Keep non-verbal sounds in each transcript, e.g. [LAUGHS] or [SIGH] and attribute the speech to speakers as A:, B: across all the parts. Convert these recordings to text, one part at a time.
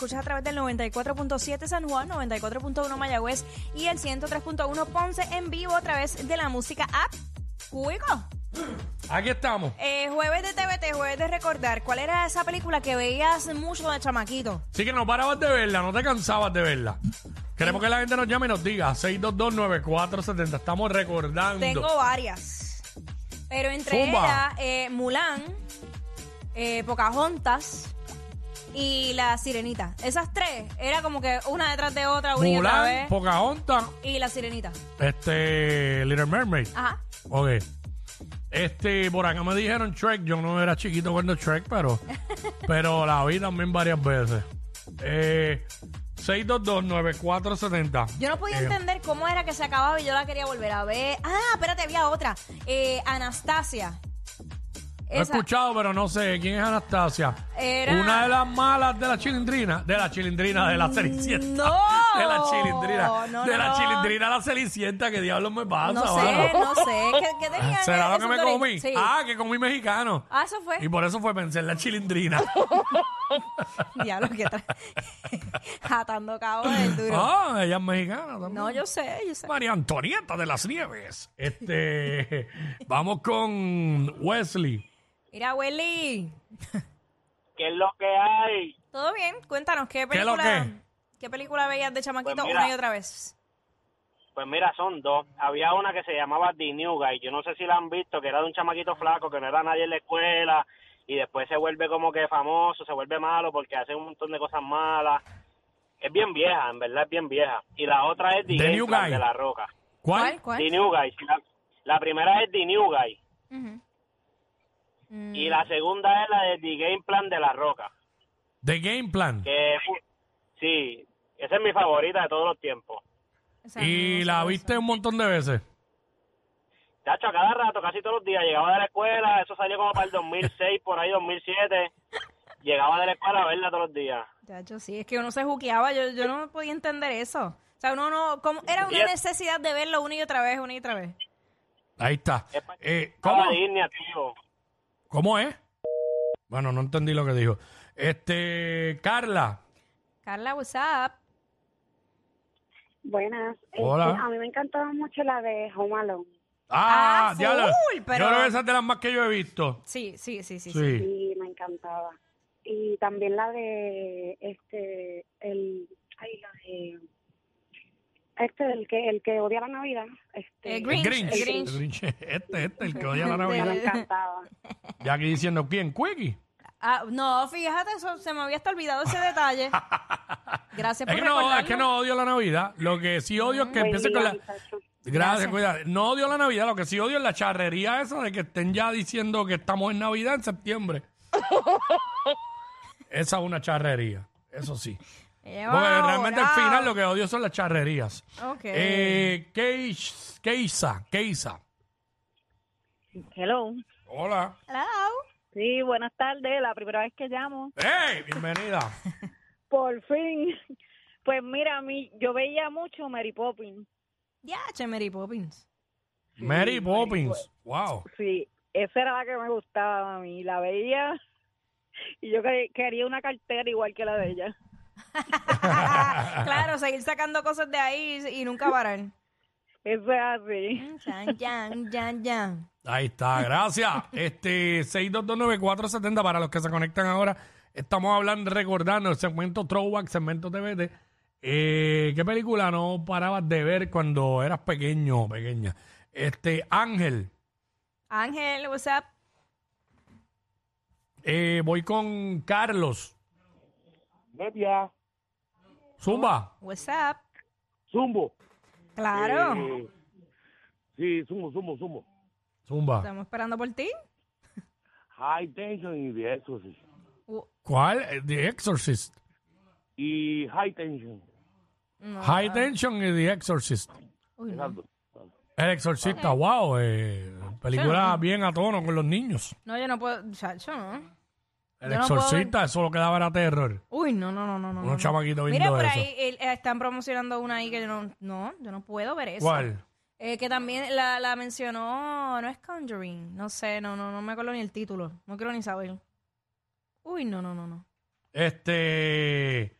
A: Escuchas a través del 94.7 San Juan, 94.1 Mayagüez y el 103.1 Ponce en vivo a través de la música app. Cuico.
B: Aquí estamos.
A: Eh, jueves de TVT, jueves de recordar. ¿Cuál era esa película que veías mucho de chamaquito?
B: Sí que no parabas de verla, no te cansabas de verla. Queremos que la gente nos llame y nos diga 6229470. Estamos recordando.
A: Tengo varias. Pero entre
B: Zumba.
A: ellas, eh, Mulan, eh, Pocahontas y La Sirenita. Esas tres era como que una detrás de otra, una y otra
B: Mulan,
A: vez.
B: Pocahontas,
A: Y La Sirenita.
B: este, Little Mermaid.
A: Ajá.
B: Ok. Este, por acá me dijeron Trek. Yo no era chiquito cuando Trek,
A: [LAUGHS]
B: pero, pero la vi también varias veces. Eh, 6229470.
A: Yo no podía
B: Eh,
A: entender cómo era que se acababa y yo la quería volver a ver. Ah, espérate, había otra. Eh, Anastasia.
B: Lo he escuchado, pero no sé quién es Anastasia.
A: Era- Mm.
B: Una de las malas de la chilindrina. De la chilindrina, de la cenicienta.
A: No.
B: De la chilindrina.
A: No,
B: de la
A: no.
B: chilindrina a la cenicienta. ¿Qué diablos me pasa?
A: No sé, no
B: mano?
A: sé. ¿Qué, qué tenía
B: ¿Será lo que
A: esos
B: me
A: doritos?
B: comí?
A: Sí.
B: Ah, que comí mexicano.
A: Ah, eso fue.
B: Y por eso fue pensé en la chilindrina.
A: [LAUGHS] Diablo, que tra... Atando cabo del [LAUGHS] duro.
B: Ah, ella es mexicana también.
A: No, yo sé, yo sé.
B: María Antonieta de las Nieves. Este, [LAUGHS] vamos con Wesley.
A: Mira, Welly,
C: ¿Qué es lo que hay?
A: ¿todo bien? Cuéntanos, ¿qué
B: ¿Qué lo
A: película,
B: qué?
A: qué película veías de chamaquito
C: Pues mira.
A: una y otra vez?
C: Pues mira, son dos. Había una que se llamaba The New Guy. Yo no sé si la han visto, que era de un chamaquito flaco, que no era nadie en la escuela. Y después se vuelve como que famoso, se vuelve malo porque hace un montón de cosas malas. Es bien vieja, en verdad es bien vieja. Y la otra es The,
B: The
C: Game
B: New
C: Plan
B: Guy.
C: de La Roca.
B: ¿Cuál?
C: The New Guy. sí, La, la primera es The New Guy.
A: Ujú. Mm,
C: Y la segunda es la de The Game Plan de La Roca.
B: The Game Plan.
C: Que sí, esa es mi favorita de todos los tiempos.
A: o sea, no
B: Y
A: sé
B: la
A: eso.
B: viste un montón de veces.
C: Tacho, a cada rato, casi todos los días, llegaba de la escuela, eso salió como para el 2006, por ahí 2007, llegaba de la escuela a verla todos los días.
A: Ya, yo sí, es que uno se juqueaba, yo, yo no podía entender eso. O sea, uno no, como, era una
C: Yep.
A: necesidad de verlo una y otra vez, una y otra vez.
B: Ahí está.
C: Es Ah, para
B: Eh, ¿Cómo?
C: Estaba Disney, tío.
B: ¿Cómo es? Bueno, no entendí lo que dijo. Este, Carla.
A: Carla, what's up?
D: Buenas. Este,
B: Hola.
D: a mí me encantaba mucho la de Home Alone.
B: Ah,
A: Ah,
B: diablo.
A: full, pero-
B: Yo creo que esa es de las más que yo he visto.
A: Sí, sí, sí, sí.
B: Sí.
A: sí.
D: Sí, me encantaba. Y también la de este el ay la de este el que el que odia la Navidad, este
A: Eh,
B: El
A: Grinch,
B: Grinch.
A: el Grinch.
B: Este, este, el que odia la
D: me
B: Navidad.
A: [LAUGHS] De-
D: encantaba.
B: Ya aquí diciendo, ¿quién? ¿Quickie?
A: Ah, no, fíjate, eso, se me había hasta olvidado ese
B: [LAUGHS]
A: detalle. Gracias
B: Es
A: por
B: que, no, es
A: recordarlo.
B: que no odio la Navidad. Lo que sí odio es [LAUGHS] que
D: Buen
B: empiece
D: día,
B: con la...
D: muchachos.
B: Gracias, cuidado. No odio la Navidad. Lo que sí odio es la charrería esa de que estén ya diciendo que estamos en Navidad
A: [LAUGHS]
B: en septiembre. esa es una charrería. Eso sí.
A: Lleva
B: Porque realmente al
A: ahora.
B: final lo que odio son las charrerías.
A: Ok.
B: Eh, Keis- Keisa, Keisa.
E: Hello.
B: Hola.
A: Hello.
E: Sí, buenas tardes. La primera vez que llamo.
B: ¡Hey! Bienvenida.
E: Por fin. Pues mira, a mí, yo veía mucho Mary Poppins.
A: Ya, che, Mary
B: [LAUGHS]
A: Poppins.
B: Mary Poppins. Wow.
E: Sí, esa era la que me gustaba a mí. La
F: [LAUGHS]
E: veía y yo que- quería una cartera igual que la de ella.
A: claro, seguir sacando cosas de ahí y nunca parar.
E: Eso es así.
A: Yan, yan, yan, yan.
B: Ahí está, gracias. Este 6229470 para los que se conectan ahora. Estamos hablando, recordando el segmento Throwback, segmento TVT. Eh, ¿Qué película no parabas de ver cuando eras pequeño o pequeña? Este Ángel,
A: Ángel, what's up?
B: eh, voy con Carlos.
G: Media,
B: Zumba.
A: What's up?
G: Zumbo.
A: Claro.
G: Eh, sí, Zumbo, Zumbo, Zumbo.
B: Zumba.
A: Estamos esperando por ti.
G: High Tension y The Exorcist.
A: Uh,
B: ¿Cuál? Eh, The Exorcist.
G: Y High Tension.
A: no.
B: High Tension y The Exorcist.
A: Uy, no.
G: Exacto.
B: El Exorcista, wow. eh, película bien a tono con los niños.
A: No, yo no puedo. Chacho, ¿no?
B: El
A: Yo no puedo ver.
B: Exorcista, eso lo que daba era terror.
A: Uy, no, no, no, no. no,
B: Unos
A: no.
B: chamaquitos viendo
A: Mira, por
B: eso.
A: ahí el- eh, están promocionando una ahí que yo no. No, yo no puedo ver eso.
B: ¿Cuál?
A: Eh, que también la, la mencionó, no es Conjuring, no sé, no, no, no me acuerdo ni el título, no quiero ni saber. Uy, no, no, no, no.
B: Este.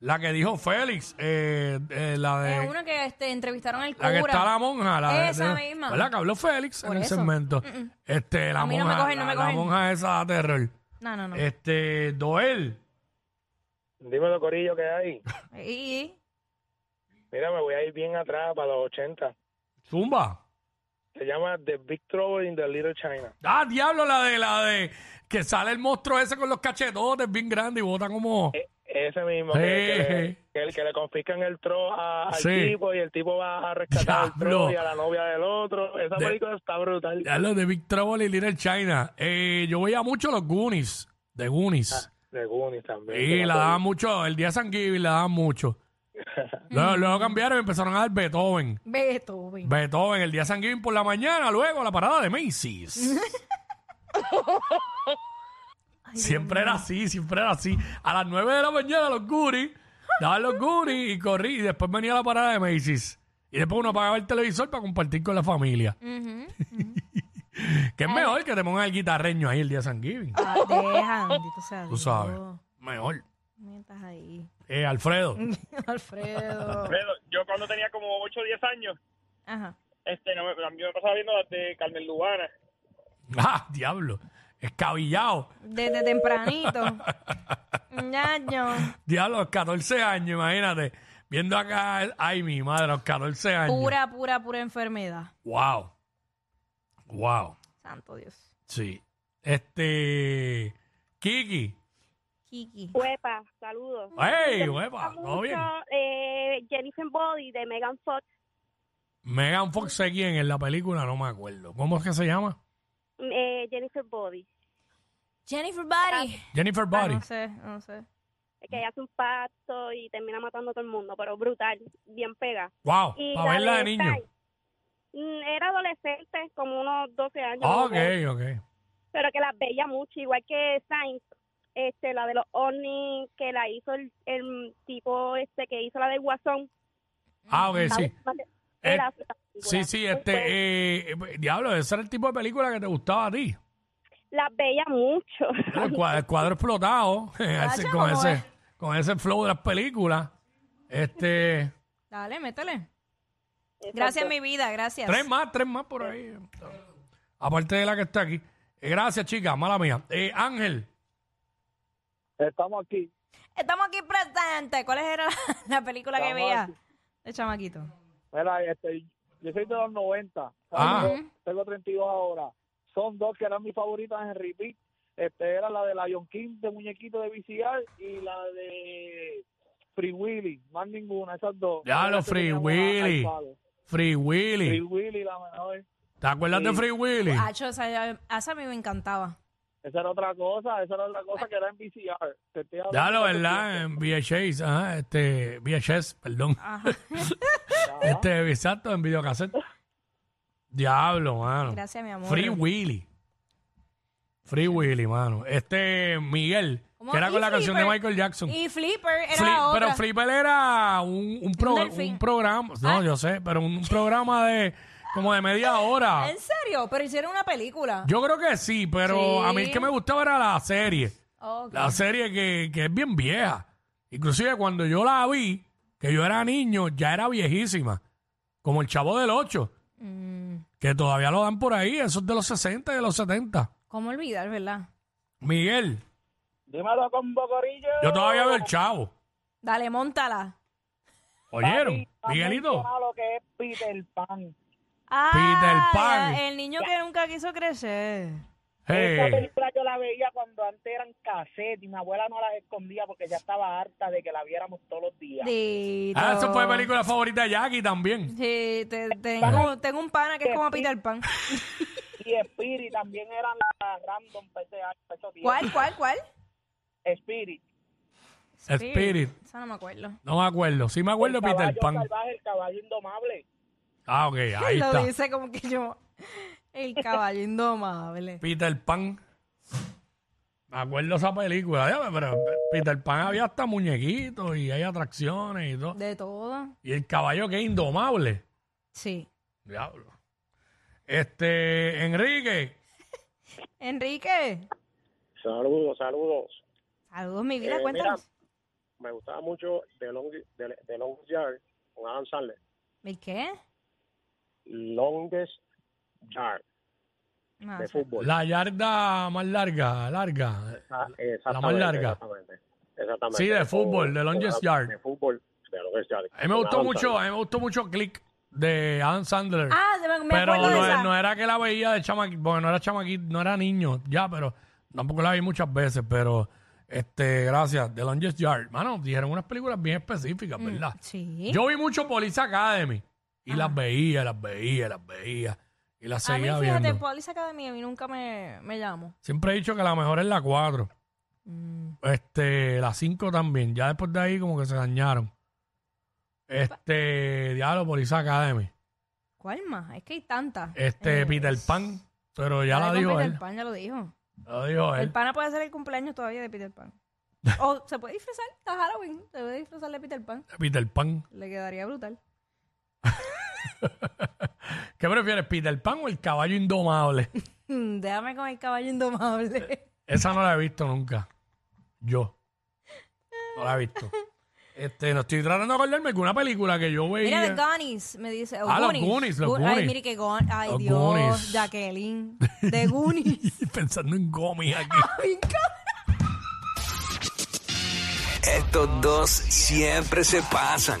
B: La que dijo Félix, eh, eh, la de...
A: Es una que este, entrevistaron al
B: La
A: cura.
B: que está la monja, la de-
A: Esa
B: de-
A: misma.
B: ¿Verdad? Que habló Félix
A: Por
B: en el
A: eso.
B: segmento.
A: Mm-mm.
B: Este, la
A: A mí no
B: monja,
A: me cogen, no
B: la,
A: me
B: la
A: cogen.
B: monja esa de terror.
A: No, no, no.
B: Este, Doel.
H: Dímelo, Corillo, que hay?
A: Y-
H: Mira, me voy a ir bien atrás para los 80.
B: Zumba.
H: Se llama The Big Trouble in the Little China.
B: Ah, diablo, la de la de que sale el monstruo ese con los cachetotes bien grandes y bota como.
H: E- ese mismo,
B: Sí.
H: que, que le, que el, que le confiscan el tro a- al
B: Eh. Sí.
H: tipo y el tipo va a rescatar el tro
B: Diablo.
H: y a la novia del otro. Esa
B: De-
H: película está brutal.
B: Diablo de Big Trouble y Little China. Eh, yo veía mucho los Goonies. De Goonies.
H: De Goonies también.
B: y la daban mucho. El día de San Giving la daban mucho. luego, luego cambiaron y empezaron a dar Beethoven.
A: Beethoven.
B: Beethoven, el día de San Giving por la mañana, luego la parada de Macy's.
A: Ay,
B: siempre era así, siempre era así. A las 9 de la mañana los Goonies, daban los Goonies y corrí. Y después venía la parada de Macy's. Y después uno apagaba el televisor para compartir con la familia.
A: Ujú.
B: Que es mejor que te pongan el guitarreño ahí el día de San Giving.
A: Ah, deja, bendito sea
B: Tú
A: Dios.
B: sabes. Mejor.
A: No estás ahí. [LAUGHS]
B: Eh, Alfredo. [LAUGHS]
A: Alfredo.
I: yo cuando tenía como 8 o 10 años,
A: Ajá.
I: este, no me, yo me pasaba viendo las de Carmen Lubana.
B: Ah, diablo. Escabillado.
A: Desde
B: [LAUGHS]
A: tempranito. Ñaño.
B: Diablo, a los 14 años, imagínate. Viendo acá, ay, mi madre, a los 14 años.
A: Pura, pura, pura enfermedad.
B: Wow. Wow.
A: Santo Dios.
B: Sí. Este. Kiki.
A: Kiki.
F: Huepa, saludos.
B: ¡Ey,
F: Me
B: hueva!
F: gusta
B: ¿Todo bien?
F: mucho, eh, Jennifer Body de Megan Fox.
B: Megan Fox sé quién en la película, no me acuerdo. ¿Cómo es que se llama?
F: eh, Jennifer Body,
A: Jennifer Body.
B: Jennifer
A: Ah,
B: Body.
A: no sé, no sé.
F: que ella hace un pacto y termina matando a todo el mundo, pero brutal, bien pega.
B: Wow.
F: Y
B: Para verla de
F: Daniel
B: niño.
F: Stein, mm, Era adolescente, como unos 12 años.
B: Ah,
F: ¿no?
B: Ok, ok.
F: Pero que las veía mucho, igual que Sainz, este, la de los OVNI, que la hizo el, el tipo este que hizo la del Guasón.
B: Ah, ok, sí.
F: Era una
B: Eh, Sí,
F: película.
B: sí, este. eh, eh, diablo, ese era el tipo de película que te gustaba a ti. eh.
F: Las veía mucho. [LAUGHS]
B: El cuadro, el cuadro explotado. [LAUGHS] ese- con,
A: ¿cómo
B: ese,
A: es?
B: con ese flow de las películas. Este.
A: Dale, métele. Gracias, mi vida, gracias.
B: Tres más, tres más por ahí. Aparte de la que está aquí. Eh, Gracias, chicas, mala mía. Eh, Ángel.
H: Estamos aquí.
A: Estamos aquí presentes. ¿Cuál era la, la película que
H: Estamos
A: veía?
H: aquí.
A: De chamaquito.
H: Mira, este, yo soy de los 90.
B: Ah.
H: Tengo- Tengo 32 ahora. Son dos que eran mis favoritas en repeat. Este era la de Lion King de muñequito de VCR y la de Free Willy. Más ninguna, esas dos.
B: Ya, lo
H: Esas
B: Free
H: teníamos
B: Willy.
H: al palo.
B: Free
H: Free
B: Willy.
H: Willy, la mejor.
B: ¿Te acuerdas de Free Willy?
A: Acho, esa, esa a mí me encantaba.
H: Esa era otra cosa, esa era otra cosa que era en VCR. Te estoy hablando
B: Ya lo
H: de
B: verdad, en VHS, ajá, este, VHS, perdón.
A: Ajá.
B: Este, exacto, en videocassette. Diablo, mano.
A: Gracias, mi amor.
B: Free Willy. Free Willy, mano. Este, Miguel,
A: ¿Cómo?
B: que era con
A: Y
B: la canción de
A: Flipper.
B: Michael Jackson.
A: Y Flipper era
B: Flip-
A: la otra.
B: pero Flipper era un, un, pro-
A: Un delfín.
B: un programa, no,
A: Ah.
B: yo sé, pero un, programa de como de media hora.
A: [LAUGHS] ¿En serio? Pero hicieron una película.
B: Yo creo que sí, pero
A: Sí.
B: a mí el que me gustaba era la serie.
A: Ok.
B: La serie que, que es bien vieja. Inclusive cuando yo la vi, que yo era niño, ya era viejísima. Como el Chavo del 8,
A: Mm,
B: que todavía lo dan por ahí. Eso es de los 60 y de los 70.
A: ¿Cómo olvidar, verdad?
B: Miguel,
H: Dímelo con Bocorillo.
B: yo todavía veo el Chavo.
A: Dale, montala.
B: ¿Oyeron?
H: Papi, está
B: Miguelito.
H: mencionado lo que es Peter Pan.
A: Ah,
B: Peter Pan.
A: ya, el niño que nunca quiso crecer.
H: Esa
B: Hey.
H: película yo la veía cuando antes eran cassette y mi abuela no las escondía porque ya estaba harta de que la viéramos todos los días.
A: Dito.
B: Ah, esa fue mi película favorita de Jackie también.
A: Sí, te- tengo, tengo un pana que es como Peter Pan.
H: Y Spirit también eran las random PCA.
A: ¿Cuál, cuál, cuál?
H: Spirit.
B: Spirit.
A: Esa no me acuerdo.
B: No me acuerdo. Sí me acuerdo de Peter
H: caballo
B: Pan.
H: salvaje, el caballo indomable.
B: Ah, ok, ahí
A: Lo
B: está.
A: dice como que yo. El caballo indomable.
B: Peter Pan. Me acuerdo esa película, ya, pero Peter Pan había hasta muñequitos y hay atracciones y todo.
A: De todo.
B: Y el caballo que es indomable.
A: Sí.
B: Diablo. Este, Enrique.
A: Enrique.
H: Saludos, saludos.
A: Saludos, mi vida,
H: Eh,
A: cuéntanos.
J: me gustaba mucho de Long, de, de Long Yard con Adam Sandler.
A: ¿El qué?
J: Longest Yard
A: No,
J: de
A: o sea,
J: fútbol.
B: La yarda más larga, larga.
J: Ah,
B: la más
J: exactamente,
B: larga.
J: Exactamente. exactamente.
B: Sí, de
J: Con-
B: fútbol, de
J: con
B: longest
J: Adam-
B: yard.
J: De fútbol, de longest yard.
B: A mí me
J: con
B: gustó
J: Adam
B: mucho,
J: Sandler.
B: a mí me gustó mucho Click de Adam Sandler.
A: Ah, se me, me
B: pero
A: acuerdo de
B: no,
A: esa.
B: no era que la veía de chamaquito, porque no era chamaquito, no era niño, ya, pero tampoco la vi muchas veces, pero este, gracias, The Longest Yard. Mano, dijeron unas películas bien específicas, ¿verdad?
A: Mm. Sí.
B: Yo vi mucho Police Academy y las veía, las veía, las veía y las
A: a mí,
B: seguía
A: Ah, fíjate, pues
B: viendo.
A: Police Academy a mí nunca me, me llamó.
B: Siempre he dicho que la mejor es la 4.
A: Mm,
B: Este, la 5 también. Ya después de ahí como que se dañaron. Este, Diablo Police Academy.
A: ¿Cuál más? Es que hay tantas.
B: Este,
A: Eh,
B: Peter Pan. Pero ya
A: dale
B: la
A: con
B: dijo
A: Peter
B: él.
A: Pan ya lo dijo.
B: La dijo
A: El
B: él.
A: pana puede hacer el cumpleaños todavía de Peter
B: [LAUGHS]
A: Pan. o se puede disfrazar, está Halloween, se puede disfrazar de Peter Pan.
B: Peter Pan.
A: Le quedaría brutal. [LAUGHS]
B: [LAUGHS] ¿Qué prefieres, Peter Pan o el caballo indomable?
A: Mm, Déjame con el caballo
B: [LAUGHS]
A: indomable.
B: Esa no la he visto nunca. Yo. No la he visto. Este, no estoy tratando de acordarme que una película que yo veía.
A: Mira, The
B: [LAUGHS]
A: Goonies, me dice. o
B: Ah, los Goonies, los
A: Go- Ay,
B: Goonies.
A: mire que Goonies. Ay,
B: Los
A: Dios,
B: Goonies. [LAUGHS]
A: Jacqueline. The Goonies.
B: Pensando en gomis aquí.
A: Ay, cabrón.
K: Estos dos siempre se pasan.